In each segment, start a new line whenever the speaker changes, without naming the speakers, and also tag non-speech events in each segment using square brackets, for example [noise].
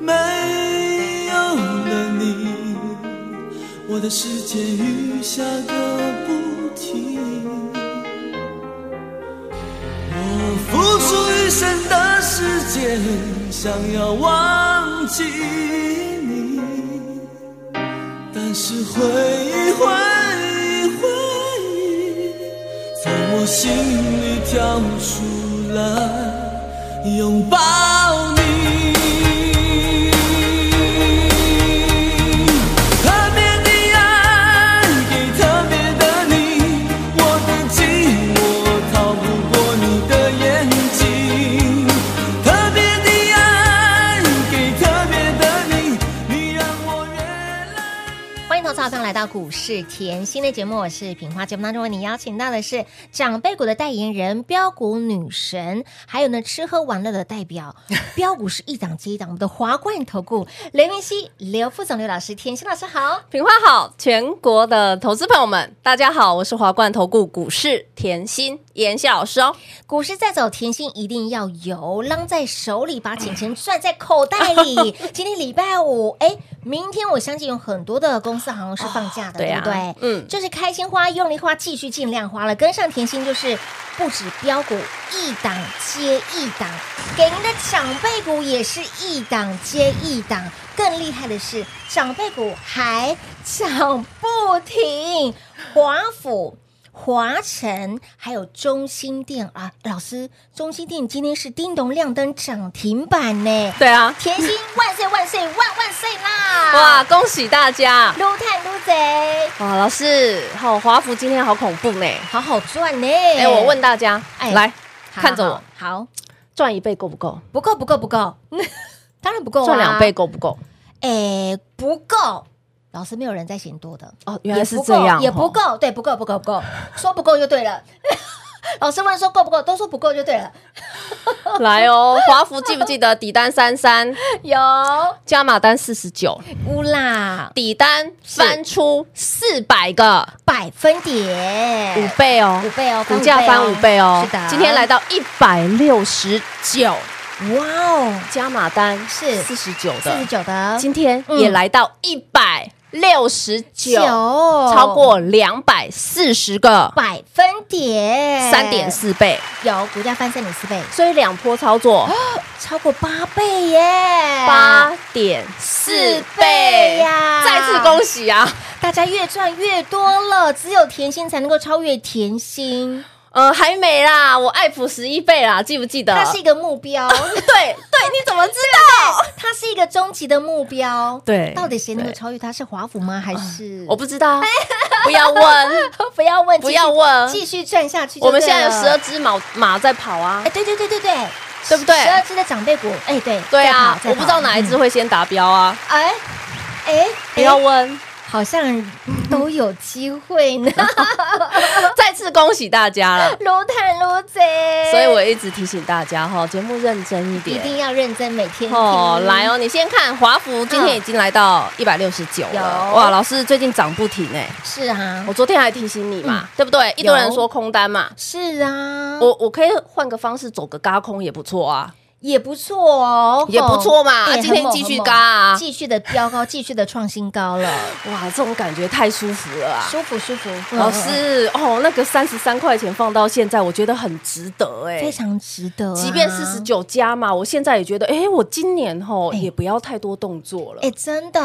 没有了你，我的世界雨下个不停。我付出一生的时间，想要忘记你。但是回忆，回忆，回忆，从我心里跳出来，拥抱你。特别的爱给特别的你，我的寂寞逃不过你的眼睛。特别的爱给特别的你，你让我越来。
欢迎投资者朋友来到股市甜心的节目，我是品花。节目当中为你邀请到的是长辈股的代言人标股女神，还有呢吃喝玩乐的代
[laughs]
表标股是一档接一档，我们的华冠投顾刘云熙、刘副总、刘老师、甜心老师好。
品花好，全国的投资朋友们，大家好，我是华冠投顾股市甜心妍希老师哦。
股市在走，甜心一定要有，浪在手里，把钱钱攥在口袋
[laughs]
里。今天礼拜五，哎，明天我相信有很多的公司好像是放假的，
对啊
不对？
嗯
就是开心花、用力花，继续尽量花了，跟上甜心就是不止标股一档接一档，给您的长辈股也是一档接一档。更厉害的是，长辈股还涨不停，华府。华晨还有中心店啊，老师，中心店今天是叮咚亮灯涨停板呢。
对啊，
甜心万岁万岁万万岁啦！
哇，，恭喜大家！
撸探撸贼，
哇，老师，好，华府今天好恐怖呢。
好好赚呢。
哎、
哎
我问大家，
哎
来
好
看着我，
好，好
赚一倍够不够？
不够不够不够， [laughs] 当然不够啊，
赚两倍，够不够？
哎，不够。老师，没有人在嫌多的，
哦，
也
原来是
不
这
够
样哦，
也不够，对，不够，不够，不够，说不够就对了。 [laughs] 老师问说够不够，都说不够就对了。
[laughs] 来哦，华府记不记得底单三三，
有
加码单四十九，
乌啦，
底单翻出四百个，
百分点
五倍哦，
五倍哦，
股价翻五倍哦，
是的，
今天来到一百六十九，
哇哦，
加码单
是
四十九
四十
的，
九的
今天
嗯
也来到一百六十九，超过两百四十个，
百分点，
三点四倍，哦
有股价翻三点四倍，
所以两波操作
超过八倍耶，
八点四倍
呀
再次恭喜啊！
大家越赚越多了，只有甜心才能够超越甜心，
呃，还没啦，我爱普十一倍啦，记不记得？
它是一个目
[laughs]
标，
对对，你怎么知 [laughs] 道？
它是一个终极的目标。
对
到底谁能够
对啊
超越它？是华府吗？还是
我不知道，不要 [laughs] 问，
不要问，
不要问
继续继续赚下去就对了。
我们现在有十二只马马在跑啊
哎，，对对对对对，
对不对
十二只的长辈股，哎，对，
对啊，
再跑
我不知道哪一只，
再跑
会先达标啊，
嗯哎哎，
不要
哎
问。
好像都有机会呢，
[laughs] 再次恭喜大
[laughs]
家了，
撸探撸贼，
所以我一直提醒大家哈，节目认哎真一
一
点
定要认真每天
哦。
听
来。哦，你先看华孚今天已经来到一百六十九了，
有
哇，老师最近涨不停哎，
是啊
我，昨天还提醒你嘛，对不对？一堆人说空单嘛，
是啊，
我我可以换个方式走个嘎空也不错啊，
也不错哦，
也不错嘛
吼哎
今天
很猛
继续
很猛
嘎啊
继续的飙
[laughs]
高，继续的创新高了，
哇，这种感觉太舒服了啊。
舒服舒服，嗯
老师，哦，那个三十三块钱放到现在，我觉得很值得哎，
非常值得啊，
即便四十九加嘛，我现在也觉得，哎、我今年吼、
哎
也不要太多动作了。
哎，真的，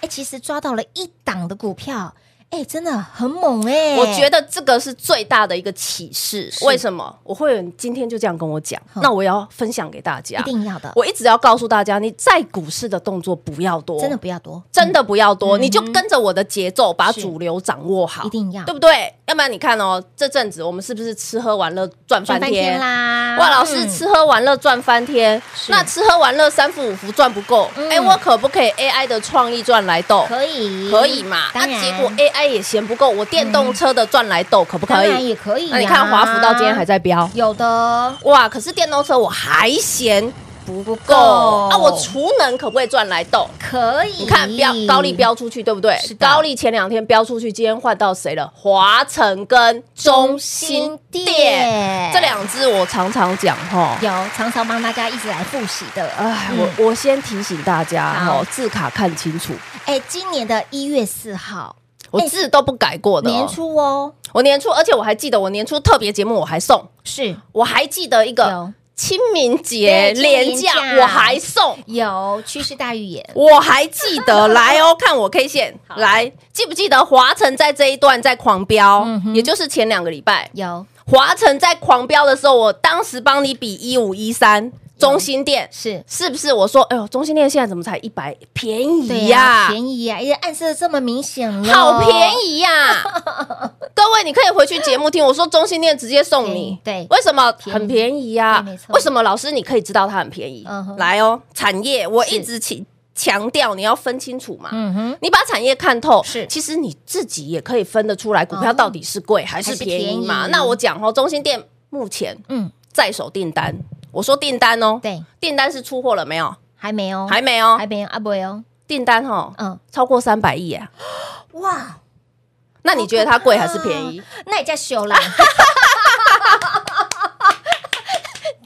哎，其实抓到了一档的股票，哎，真的很猛哎，
我觉得这个是最大的一个启示。
是
为什么？我会员今天就这样跟我讲，
好
那我也要分享给大
一
家。
定要的，
啊我一直要告诉大家，你在股市的动作不要多，
真的不要多，
真的不要多，
嗯
你就跟着我的节奏，把
是
主流掌握好，
一定要
对不对？要不然你看哦，这阵子我们是不是吃喝玩乐赚
赚
翻
翻
天
天？啦！
哇，老师
嗯
吃喝玩乐赚翻天，
是
那吃喝玩乐三伏五伏赚不够，
嗯
哎，我可不可以 AI 的创意赚来斗？
可以
可以嘛？那
当然，嗯
结果 AI 也嫌不够，我电动车的赚来斗可不
当
可
然
以？
也可以呀。啊
那你看华孚到今天还在飙，
有的，
哇！可是电动车我还嫌
不不
够啊，我储能可不可以赚来斗？
可以。
你看标高利标出去，对不对
是？的
高利前两天标出去，今天换到谁了？华晨跟中心店
中心店
这两只我常常讲哈。
有常常帮大家一直来复习的。
哎，
嗯
我我先提醒大家
好
哦，字卡看清楚，
哎，今年的一月四号
我
哎
字都不改过的哦。
年初哦，
我年初，而且我还记得我年初特别节目我还送，
是
我还记得一个
有
清明节
对清明
廉
假
价我还送，
有趋势大预言，
我还记得，来
[laughs]
哦，看我 K 线，来，记不记得华晨在这一段在狂飙，
嗯哼
也就是前两个礼拜，
有
华晨在狂飙的时候，我当时帮你比一五一三中心店，
是。
是不是？我说，哎呦，中心店现在怎么才一百，便
对啊
宜
呀、
呀、
便宜呀、也暗示的这么明显了，
好便
宜，
宜呀、
哦
各位，你可以回去节目听，我说中心店直接送你，
便宜对
为什么
便宜
很便宜呀、
对没错
为什么老师你可以知道它很便宜
嗯哼？
来哦，产业我
是
一直强强调你要分清楚嘛。
嗯哼，
你把产业看透，
是嗯
其实你自己也可以分得出来，股票到底是贵还是便宜
还
嘛？
是便宜
那我讲哦，中心店目前
嗯，
在手订单，我说订单哦，
对，
订单是出货了没有？
还没哦，
还没哦
还，没有啊，不会哦，
订单哦，
嗯，
超过三百亿啊！
哇，
那你觉得它贵还是便宜？ [laughs]
那也叫修 [laughs] 啦，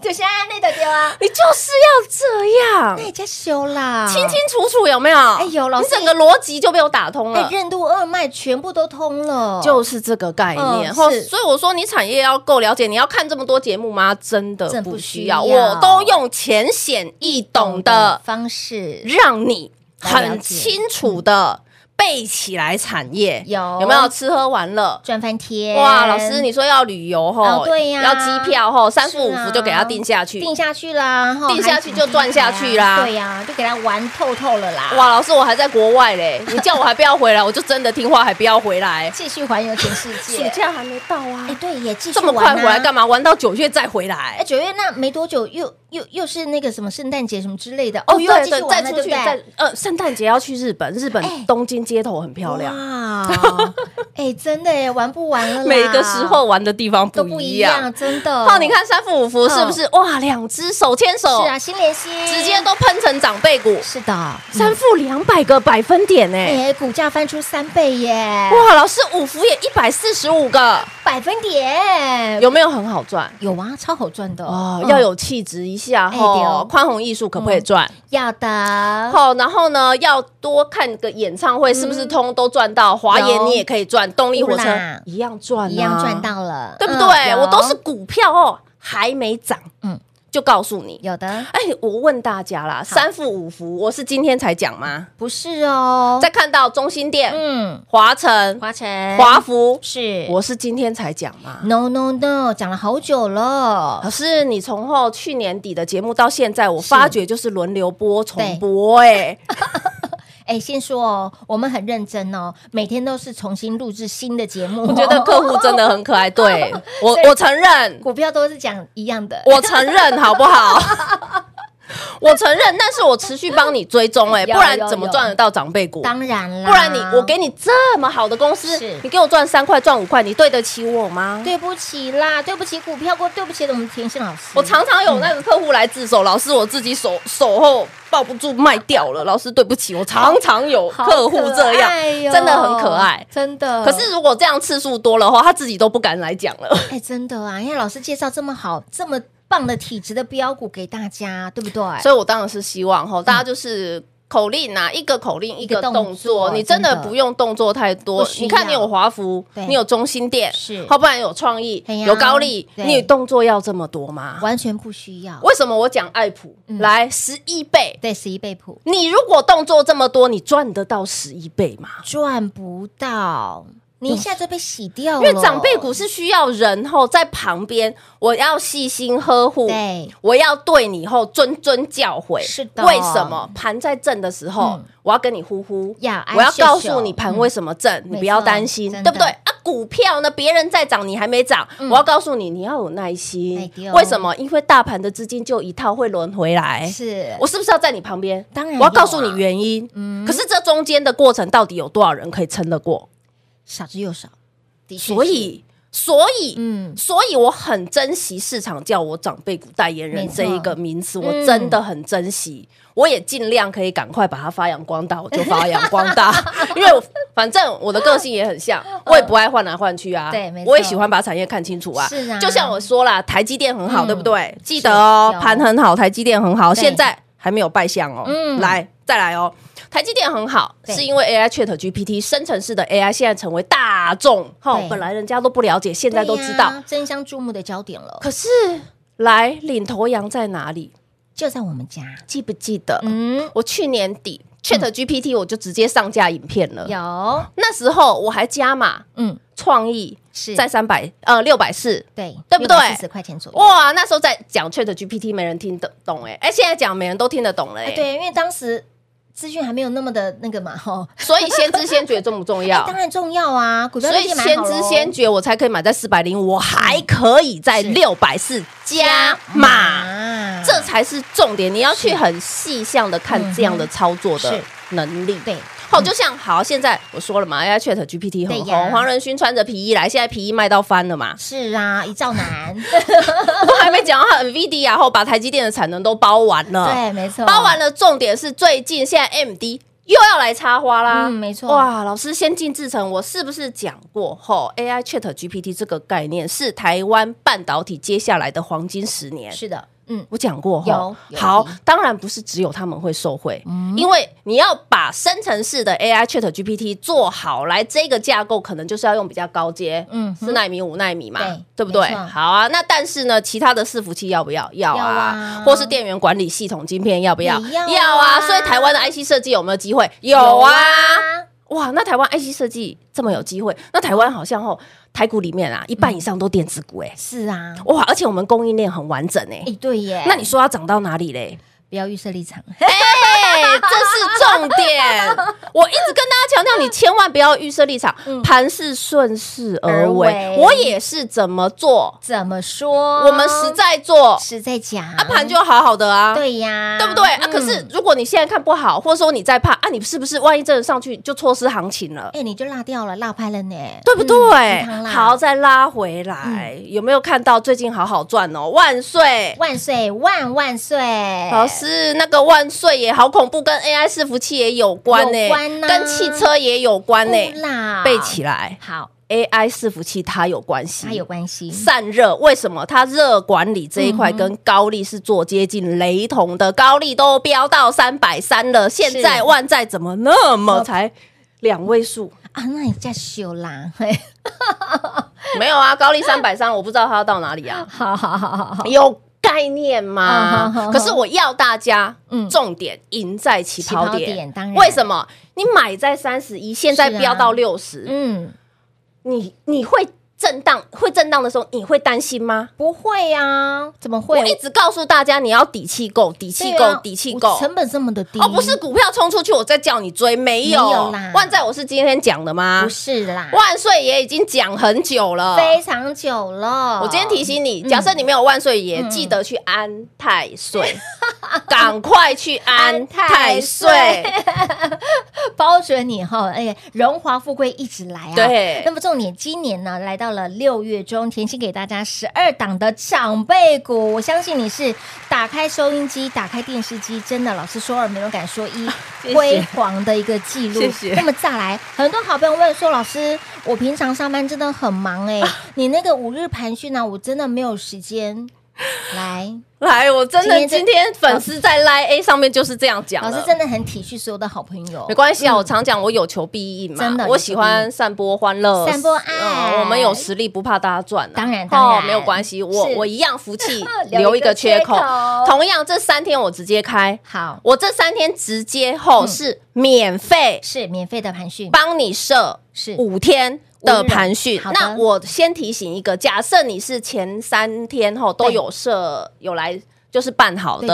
就是安内的丢啊，
你就是要这样
那，也叫修啦，
清清楚楚有没有？哎
呦啊老师
你整个逻辑就被我打通
哎，
了。
任督二脉全部都通了，
就是这个概念，
嗯
吼
是
所以我说你产业要够了解，你要看这么多节目吗？真的
真
不
不
需
需
要，
要
我都用浅显易懂的
方式，
让你
了
很
解
清楚的背起来产业
有
有没有吃喝玩乐？
赚翻天，
哇，老师，你说要旅游吼，
哦对呀
要机票吼，三伏五
是
伏
啊
就给它定下去。
定下去啦，吼
定下去就赚下去啦
对呀、就给他玩透透了啦，
[laughs] 哇，老师，我还在国外嘞，你叫我还不要回来，我就真的听话还不要回来。
继续环游全世
[laughs] 暑
界。
假还没到啊
哎，，对，也继续
这么
玩、啊、
快回来干
嘛？
嘛？玩到九月再回
哎，
来。
九月那没多久又又又是那个什么圣诞节什么之类的，哦，又要
对
继续
对，
玩了，
再出
对
去，
不
再
对？
呃，圣诞节要去日本，日本
哎
东京街头很漂亮， [laughs]
哇，哎，真的哎，玩不完了啦，
每个时候玩的地方
都
不
不
一
一
样。
样，真的。
哦，嗯你看三伏五伏是不是？哇，两只手牵手，
是啊，新连心
直接都喷成长辈股，
是的，
三副两百个百分点呢、
哎，股价翻出三倍耶，
哇，老师五福也一百四十五个，
百分点
有没有很好赚？
有啊，超好赚的
哦，
嗯
要有气质一下
哎对
吼
哦，嗯
宽宏艺术可不可以赚？
要的，
好，然后呢，要多看个演唱会，是不是通都赚到？华研
有
你也可以赚，动力火车
呼嗯啦
一样赚啊，
一样赚到了，
对不
嗯
对？
有
我都是股票哦，还没涨，嗯
嗯，
就告诉你。
有的，
哎，我问大家啦，三副五福，我是今天才讲吗？
不是哦。
再看到中心店、
嗯，
华晨、
华晨
华福，
是
我是今天才讲嘛。
No No No，讲了好久了
老，师，你从后去年底的节目到现在，我发觉就是轮流播重
[laughs]
播、哎，
哎，先说哦，我们很认真哦，每天都是重新录制新的节目。
[laughs] 我觉得客户真的很可爱。对我，我承
[laughs]
认，
股票都是讲一样的，
我承认，好不好？ [laughs] 我承认，但是我持续帮你追踪、哎，
有
不然
有
怎么
有
赚得到长辈股？
当然啦，
不然你，我给你这么好的公司
是，
你给我赚三块赚五块，你对得起我吗？
对不起啦，对不起股票股，对不起我们田心老师，
我常常有那个客户来自首，老师我自己手手后抱不住卖掉了，老师对不起，我常常有
好
客户这
可爱
样，
哟
真的很可爱。
啊真的。
可是如果这样次数多了后，他自己都不敢来讲了。
哎，真的啊，因为老师介绍这么好，这么棒的体质的标股给大家，对不对？
[laughs] 所以我当然是希望哈，大家就是。口令啊，一个口令一个
个
动
动
作，
作啊
你真的
真的
不用动作太多
不。需要
你看，你有华孚，
对
你有中心店，
是
要不然有创意，
哎呀
有高丽，
对
你动作要这么多吗？
完全不需要，
为什么我讲爱普、
嗯
来十一倍？
对十一倍谱
你如果动作这么多，你赚得到十一倍吗？
赚不到，你一下就被洗掉
因
了，
为长辈股是需要人后在旁边，我要细心呵护，
对
我要对你后谆谆教诲。
是的
为什么盘在正的时候，
嗯
我要跟你呼呼
呀
我要
哎
告
秀秀
诉你盘为什么正，你
没
不要
错
担心，
真
对不对？
的
啊，股票呢，别人在涨，你还没涨，
嗯
我要告诉你，你要有耐
哎
心
对哦。
为什么？因为大盘的资金就一套会轮回来。
是
我是不是要在你旁边？
当然
我要
有
告诉
啊
你原因。
嗯
可是这中间的过程，到底有多少人可以撑得过？
少之又少，的确是，
所以，所以，
嗯
所以我很珍惜市场叫我长辈股代言人
没错
这一个名词，
嗯
我真的很珍惜。我也尽量可以赶快把它发扬光大，我就发扬光大，嗯 [laughs] 因为我反正我的个性也很像，我也不爱换来换去啊。
对没错
我也喜欢把产业看清楚啊。
是啊
就像我说啦，台积电很
嗯
好，对不对？记得哦
有，
盘很好，台积电很好，
对
现在还没有败相哦。
嗯
来，再来哦。台积电很好，
对
是因为 AI Chat GPT 生成式的 AI 现在成为大众哈
对，
本来人家都不了解，现在都知道
对。呀争相注目的焦点了，
可是来领头羊在哪里？
就在我们家，
记不记得？
嗯，
我去年底 Chat GPT 我就直接上架影片了，
嗯有，
那时候我还加码
嗯，
创意
是
在三百呃六百四。
对，
对不对
四十块钱左右。
哇，那时候在讲 Chat GPT 没人听得懂哎、哎、现在讲每人都听得懂了哎、
哎，对，因为当时资讯还没有那么的那个嘛，哈，
所以先知先觉重不
[laughs]
重要？
当然重要啊，股票
所以先知先觉，我才可以买在四百零，我还可以在
是
六百四加码，
嘛
这才是重点。你要去很细项的看这样的操作
嗯哼
的
是
能力。
对，
好，就像好，现在我说了嘛，AI Chat GPT
对
很
呀。
红，黄仁勋穿着皮衣来，现在皮衣卖到翻了嘛
[laughs] 是啊，一兆
[laughs]
难，
我还没讲到他 NVIDIA 后，把台积电的产能都包完了。
对，啊没错，
哦包完了，重点是最近现在 MD 又要来插花啦，
嗯没错
哇，老师先进制程，我是不是讲过吼？AI Chat GPT 这个概念是台湾半导体接下来的黄金十年。
是的，嗯，
我讲过吼
有有嗯
好
提，
当然不是只有他们会受惠，因为你要把生成式的 AI Chat GPT 做好来，这个架构可能就是要用比较高阶，
嗯
嗯，
哼
四纳米、五纳米嘛
对，
对不对？
没错
好啊，那但是呢，其他的伺服器要不要？要
要
啊
啊，
或是电源管理系统晶片要不要
也要？啊
要啊，所以台湾的 IC 设计有没有机会？有啊。哇，那台湾 IC 设计这么有机会，那台湾好像吼台股里面啊，一半以上都电子股哎、
是啊，
哇，而且我们供应链很完整哎、
哎，对耶，
那你说要涨到哪里嘞？
不要预设立场，
哎，这是重点。我一直跟大家强调，你千万不要预设立场，盘是顺势而为。
而为
我也是怎么做，
怎么说？
我们实在做，
实在讲，
啊，盘就好好的啊。
对呀，
对不对啊？
嗯
可是如果你现在看不好，或者说你在怕啊，你是不是万一真的上去就错失行情了？
哎，你就落掉了，落拍了呢，
对不
嗯鸡汤
对？
啦嗯
好，再拉回来，有没有看到最近好好赚哦？万岁！
万岁万万岁！
老师，那个万岁也好恐怖，跟 AI 伺服器也有关呢、
有关啊
跟汽车也有关呢、
不啦，
背起来
好，
，AI 伺服器它有关系，
它有关系，
散热，为什么它热管理这一块
嗯哼
跟高丽是做接近雷同的？高丽都飙到三百三了，现在万载怎么那么才两位数？
啊，那你再修啦， [laughs] 嘿
没有啊，高丽三百三，我不知道它要到哪里啊。
好好好好好，
[laughs] 有概念
啊好好
吗
好？
可是我要大家
嗯，
重点赢在起
起
跑
跑
点嗯
点。当然
为什么？你买在三十一，现在
是啊
飙到六十，
嗯，
你你会震荡，会震荡的时候，你会担心吗？
不会啊，怎么会
我？一直告诉大家，你要底气够，底气
对
够，
啊
底气
我
够。
成本这么的低，
哦，不是股票冲出去，我再叫你追，没
没
有
有啦
万载，我是今天讲的吗
不？是啦，
万岁爷已经讲很久了，
非常嗯久了。
我今天提醒你，假设你没有万岁爷，记得去安太岁，
嗯
[laughs] 赶快去安太岁。
包准你哈，哎，荣华富贵一直来啊。
对
那么重点，今年呢来到了六月中，甜心给大家十二档的长辈股，我相信你是打开收音机、打开电视机，真的，老师说二没有敢说
[laughs]
一，
谢谢
辉煌的一个记录。
谢谢
那么再来，很多好朋友问说，老师，我平常上班真的很忙
[laughs]
哎、你那个五日盘讯呢、我真的没有时间。来，
[laughs] 来，我真的
今天这
今天粉丝在 Line A 上面就是这样讲
老师
了。
真的很体恤所有的好朋友
没。关系啊，我常讲我有求必应嘛，
嗯真的
我喜欢散播欢乐，
散播爱
嗯我们有实力不怕大家赚啊，
当然当然
哦没有关系，我
是
我一样服气
[laughs] 留
留
一
一
个
个
缺
缺
口
口。同样，这三天我直接开，
好，
我这三天直接后
嗯
是免费
是免费的盘讯，
帮你设
是
五天。的盘讯
好的，
那我先提醒一个，假设你是前三天后都有设有来就是办好的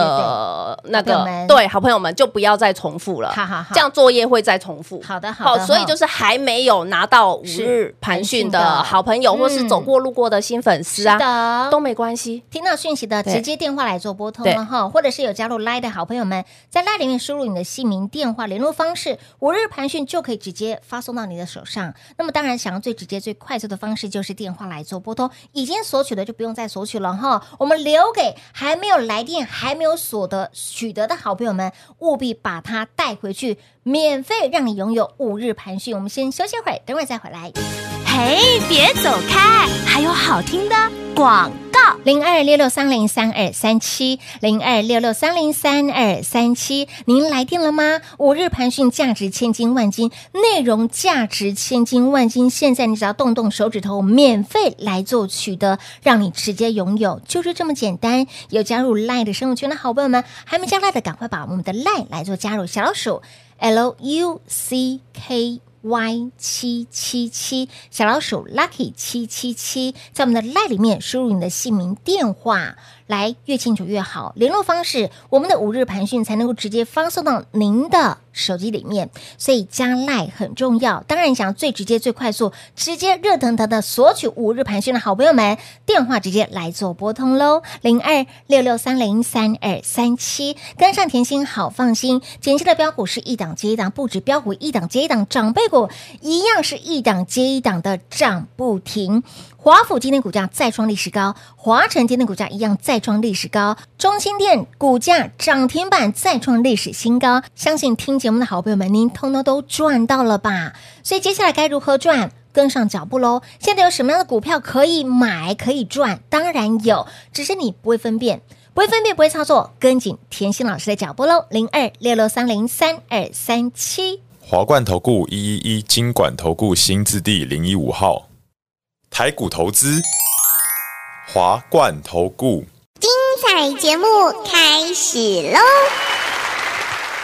那
好
个
朋友们
对好朋友们就不要再重复了，
好好好
这样作业会再重复。
好的好的
所以就是还没有拿到五
是
日盘
讯
讯
的
的好朋友，或是
嗯
走过路过的新粉丝
是
啊，
的，
都没关系。
听到讯息的，
对
直接电话来做拨通
对
了哈，或者是有加入 Line 的好朋友们，在 Line 里面输入你的姓名、电话、联络方式，五日盘讯就可以直接发送到你的手上。那么当然，想要最直接、最快速的方式就是电话来做拨通，已经索取的就不用再索取了哈。我们留给还没有来电、还没有所得取得的好朋友们，务必把它带回去，免费让你拥有五日盘讯。我们先休息会儿，等会儿再回来。
嘿，别走开，还有好听的广告。
零二六六三零三二三七，零二六六三零三二三七，您来电了吗？五日盘讯价值千金万金，内容价值千金万金，现在你只要动动手指头，免费来做取得，让你直接拥有，就是这么简单。有加入 Line 的生活圈的好朋友们，还没加 Line 的赶快把我们的 Line 来做加入，小老鼠 L U C K。Y 七七七小老鼠 Lucky 七七七，在我们的 Line 里面输入你的姓名、电话，来越清楚越好。联络方式，我们的五日盘讯才能够直接发送到您的手机里面，所以加 Line 很重要。当然，你想要最直接、最快速、直接热腾腾的索取五日盘讯的好朋友们，电话直接来做拨通喽，零二六六三零三二三七，跟上甜心好放心。甜心的标股是一档接一档，不止标股一档接一档，长辈股一样是一档接一档的涨不停。华府今天股价再创历史高，华晨今天股价一样再创历史高，中心店股价涨停板再创历史新高。相信听节目的好朋友们，您通通都赚到了吧？所以接下来该如何赚？跟上脚步喽！现在有什么样的股票可以买、可以赚？当然有，只是你不会分辨，不会分辨，不会操作，跟紧甜心老师的脚步喽！零二六六三零三二三七，
华冠投顾一一一金管投顾新字第零一五号，台股投资，华冠投顾。
彩节目开始喽！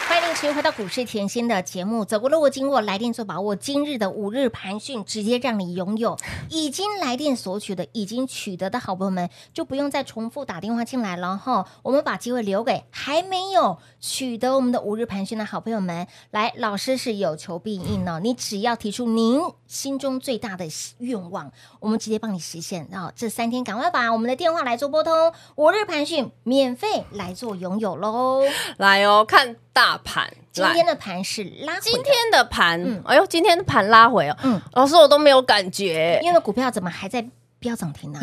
欢迎您持续回到股市甜心的节目。走过路过经过，来电做把握。今日的五日盘讯，直接让你拥有已经来电索取的、已经取得的好朋友们，就不用再重复打电话进来了哈。我们把机会留给还没有取得我们的五日盘讯的好朋友们。来，老师是有求必应哦，你只要提出您心中最大的愿望，我们直接帮你实现。然后这三天赶快把我们的电话来做拨通，五日盘讯免费来做拥有喽。
来哦，看大盘，
今
来
天的盘是拉回的，
今天的盘，
嗯
哎呦，今天的盘拉回哦，
嗯
老师我都没有感觉，
因为股票怎么还在飙涨停
[laughs]
呢、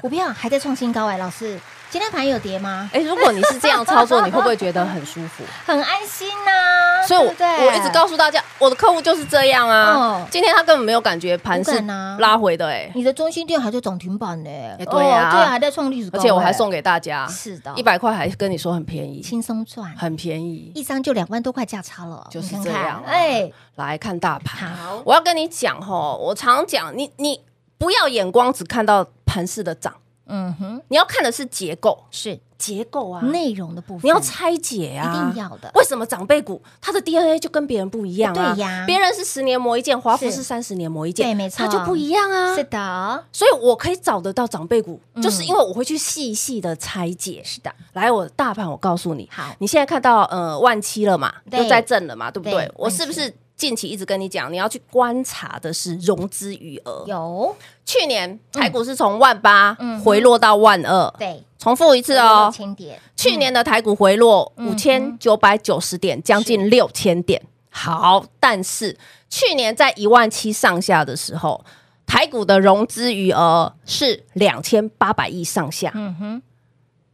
股票还在创新高哎、老师，今天盘有跌吗？
哎，如果你是这样
[laughs]
操作，你会不会觉得很啊舒服？
很安心呐、
所以我，
啊对不对
我一直告诉大家，我的客户就是这样啊。
哦
今天他根本没有感觉盘
不
是
敢啊
拉回的、欸，哎、
你的中心店还在涨停板呢、
哎对啊
哦对啊，还在创历史高、
而且我还
哎
送给大家，
是的
一百块还跟你说很便宜，
轻松赚，
很便宜。
一张就两万多块价差了，
就是
你看
这
看
样啊
哎，
来看大盘，
好，
我要跟你讲吼，我常讲，你你不要眼光只看到盘势的涨，
嗯哼，
你要看的是结构，
是
结构啊，
内容的部分，
你要拆解啊，
一定要的
为什么长辈股它的 DNA 就跟别人不一样啊？
对呀
别人是十年磨一剑，华孚
是
是三十年磨一剑，
对没错
它就不一样啊。
是的，
所以我可以找得到长辈股，
嗯
就是因为我会去细细的拆解。是的，来，我大盘我告诉你，
好
你现在看到呃万七了嘛，
对
又在震了嘛，对不对
对？
我是不
万
是近期一直跟你讲，你要去观察的是融资余额？
有
去年台股是从万八
嗯
回落到万二，
对
重复一次
六
哦。
千点，
去年的台股回落
嗯
五千九百九十点，将近六千点。好，但是去年在一万七上下的时候，台股的融资余额是两千八百亿上下。
嗯哼，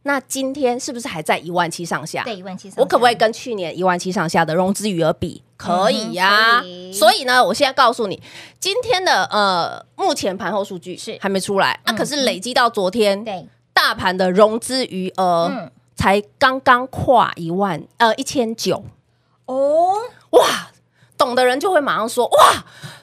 那今天是不是还在一万七上下？
对，一万七，
我可不可以跟去年一万七上下的融资余额比？可以呀、
嗯可以
所以呢，我现在告诉你，今天的呃，目前盘后数据是还没出来，那、
嗯
可是累积到昨天，
对，
大盘的融资余额、
嗯
才刚刚跨一万，呃，一千九，
哦，
哇！懂的人就会马上说，哇，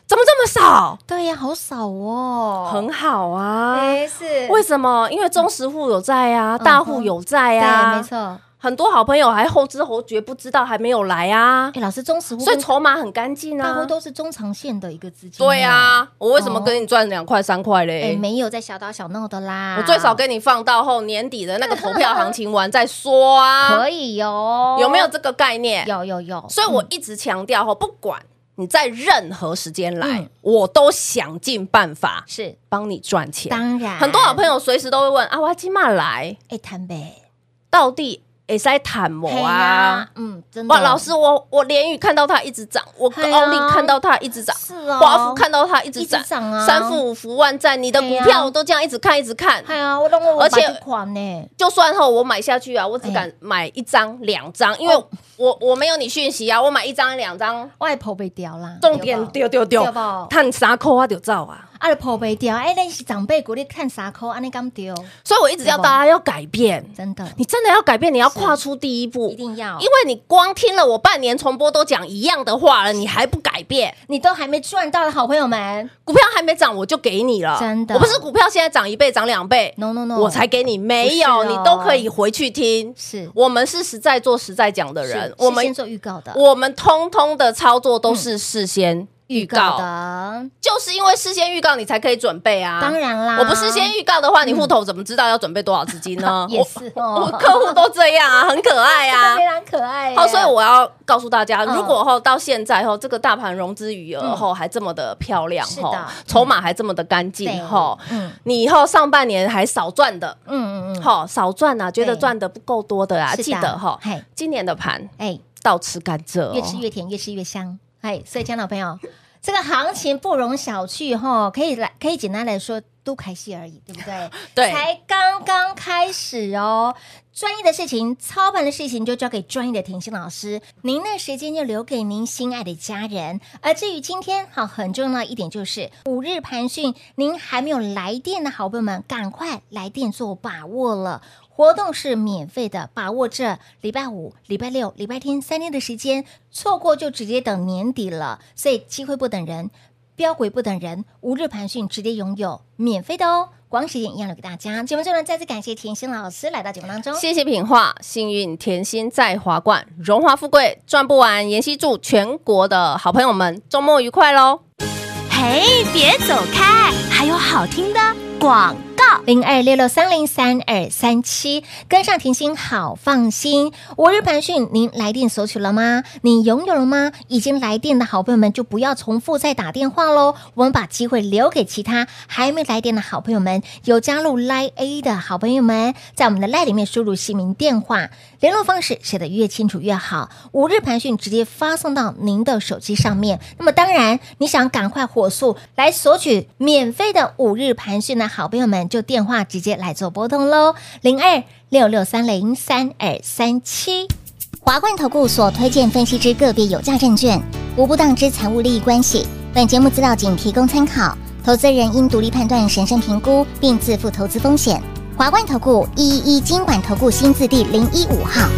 怎么这么少？
对呀，好少哦，
很好啊。
哎，是
为什么？因为中实户有在啊，大户有在
嗯对，
啊，
没错，
很多好朋友还后知后觉不知道还没有来啊，
哎，老师，中实户
所以
跟
筹码很干净
大
啊
户。都是中长线的一个资金，
对，啊，我为什么跟你赚两块三块
哎，
嘞？
没有在小打小闹的啦，
我最少跟你放到后年底的那个投票行情完再说啊
可，以哦哟，
有没有？这个概念？
有有有，
所以我一直强调吼，不管你在任何时间来，
嗯
我都想尽办法
是
帮你赚钱。
当然，
很多好朋友随时都会问啊，我今嘛来，
哎，谈呗，
到底会使谈某
嘿
啊
呀？，嗯，真的，
哇，老师，我我连玉看到它一直涨，我
嘿
奥利
啊
看到它一直涨，
是哦，
华孚看到它一直
一直
涨，
涨啊
三富五福万赞，你的
嘿
股
啊
票我都这样一直看一直看。
哎呀，我让我
而且
款呢，
就算后我买下去啊，
哎
我只敢买一张两张，因为
哦
我我没有你讯息啊，我买一张两张，
外婆被掉啦，
重点
对
丢丢
吧
丢
对，吧？
探啥扣啊就走啊，
啊，破被掉，哎，那是长辈鼓励看啥口，安尼敢丢，
所以我一直要
对吧
大家要改变，
真的
你真的要改变，你要跨出第一步
一，定要，
因为你光听了我半年重播都讲一样的话了，你还不改变，
你都还没赚到的好朋友们
股票还没涨我就给你了，
真的
我不是股票现在涨一倍涨两倍，
，no no no，
我才给你，没
不
有，
是哦
你都可以回去听，
是
我们是实在做实在讲的人
是，
我
是先
们
做预告的，
我们通通的操作都是事先预告，
的，
就是因为事先预告你才可以准备啊，
当。然啦，
我不事先预告的话，你户头怎么知道要准备多少资金呢
[laughs] ？也是
我，
哦
我，客户都这
[laughs]
样啊，很可爱
真的
啊
非。常可爱耶，
好，所以我要告诉大家，
嗯
如果后到现在后，这个大盘融资余额后还这么的漂亮
是
后
的，
筹码还这么的干
对
净后，
嗯
你以后上半年还少赚的，
嗯嗯嗯，
好少赚啊，觉得
对
赚的不够多的啊，
是的
记得哈
嘿，
今年的盘
哎，
倒吃甘蔗哦，
越吃越甜，越吃越香。哎，所以，亲爱的朋友，这个行情不容小觑哈，可以来，可以简单来说，都开戏而已，对不对？
对
才刚刚开始哦。专业的事情、操盘的事情就交给专业的甜心老师，您的时间就留给您心爱的家人。而至于今天好很重要的一点就是五日盘讯，您还没有来电的好朋友们，赶快来电做把握了。活动是免费的，把握这礼拜五、礼拜六、礼拜天三天的时间，错过就直接等年底了。所以机会不等人，标鬼不等人，无日盘讯直接拥有，免费的哦。光时间一样留给大家。节目最后呢，再次感谢甜心老师来到节目当中。
谢谢品画，幸运甜心在华冠，荣华富贵赚不完。妍希祝全国的好朋友们周末愉快喽！
嘿，别走开，还有好听的广告。
零二六六三零三二三七，跟上甜心好放心。五日盘讯，您来电索取了吗？你拥有了吗？已经来电的好朋友们就不要重复再打电话喽，我们把机会留给其他还没来电的好朋友们。有加入 Line A 的好朋友们，在我们的 Line 里面输入姓名、电话、联络方式，写的越清楚越好。五日盘讯直接发送到您的手机上面。那么当然，你想赶快火速来索取免费的五日盘讯的好朋友们，就电话直接来做拨通喽，零二六六三零三二三七。
华冠投顾所推荐分析之个别有价证券，无不当之财务利益关系。本节目资料仅提供参考，投资人应独立判断、审慎评估，并自负投资风险。华冠投顾一一一金管投顾新字第零一五号。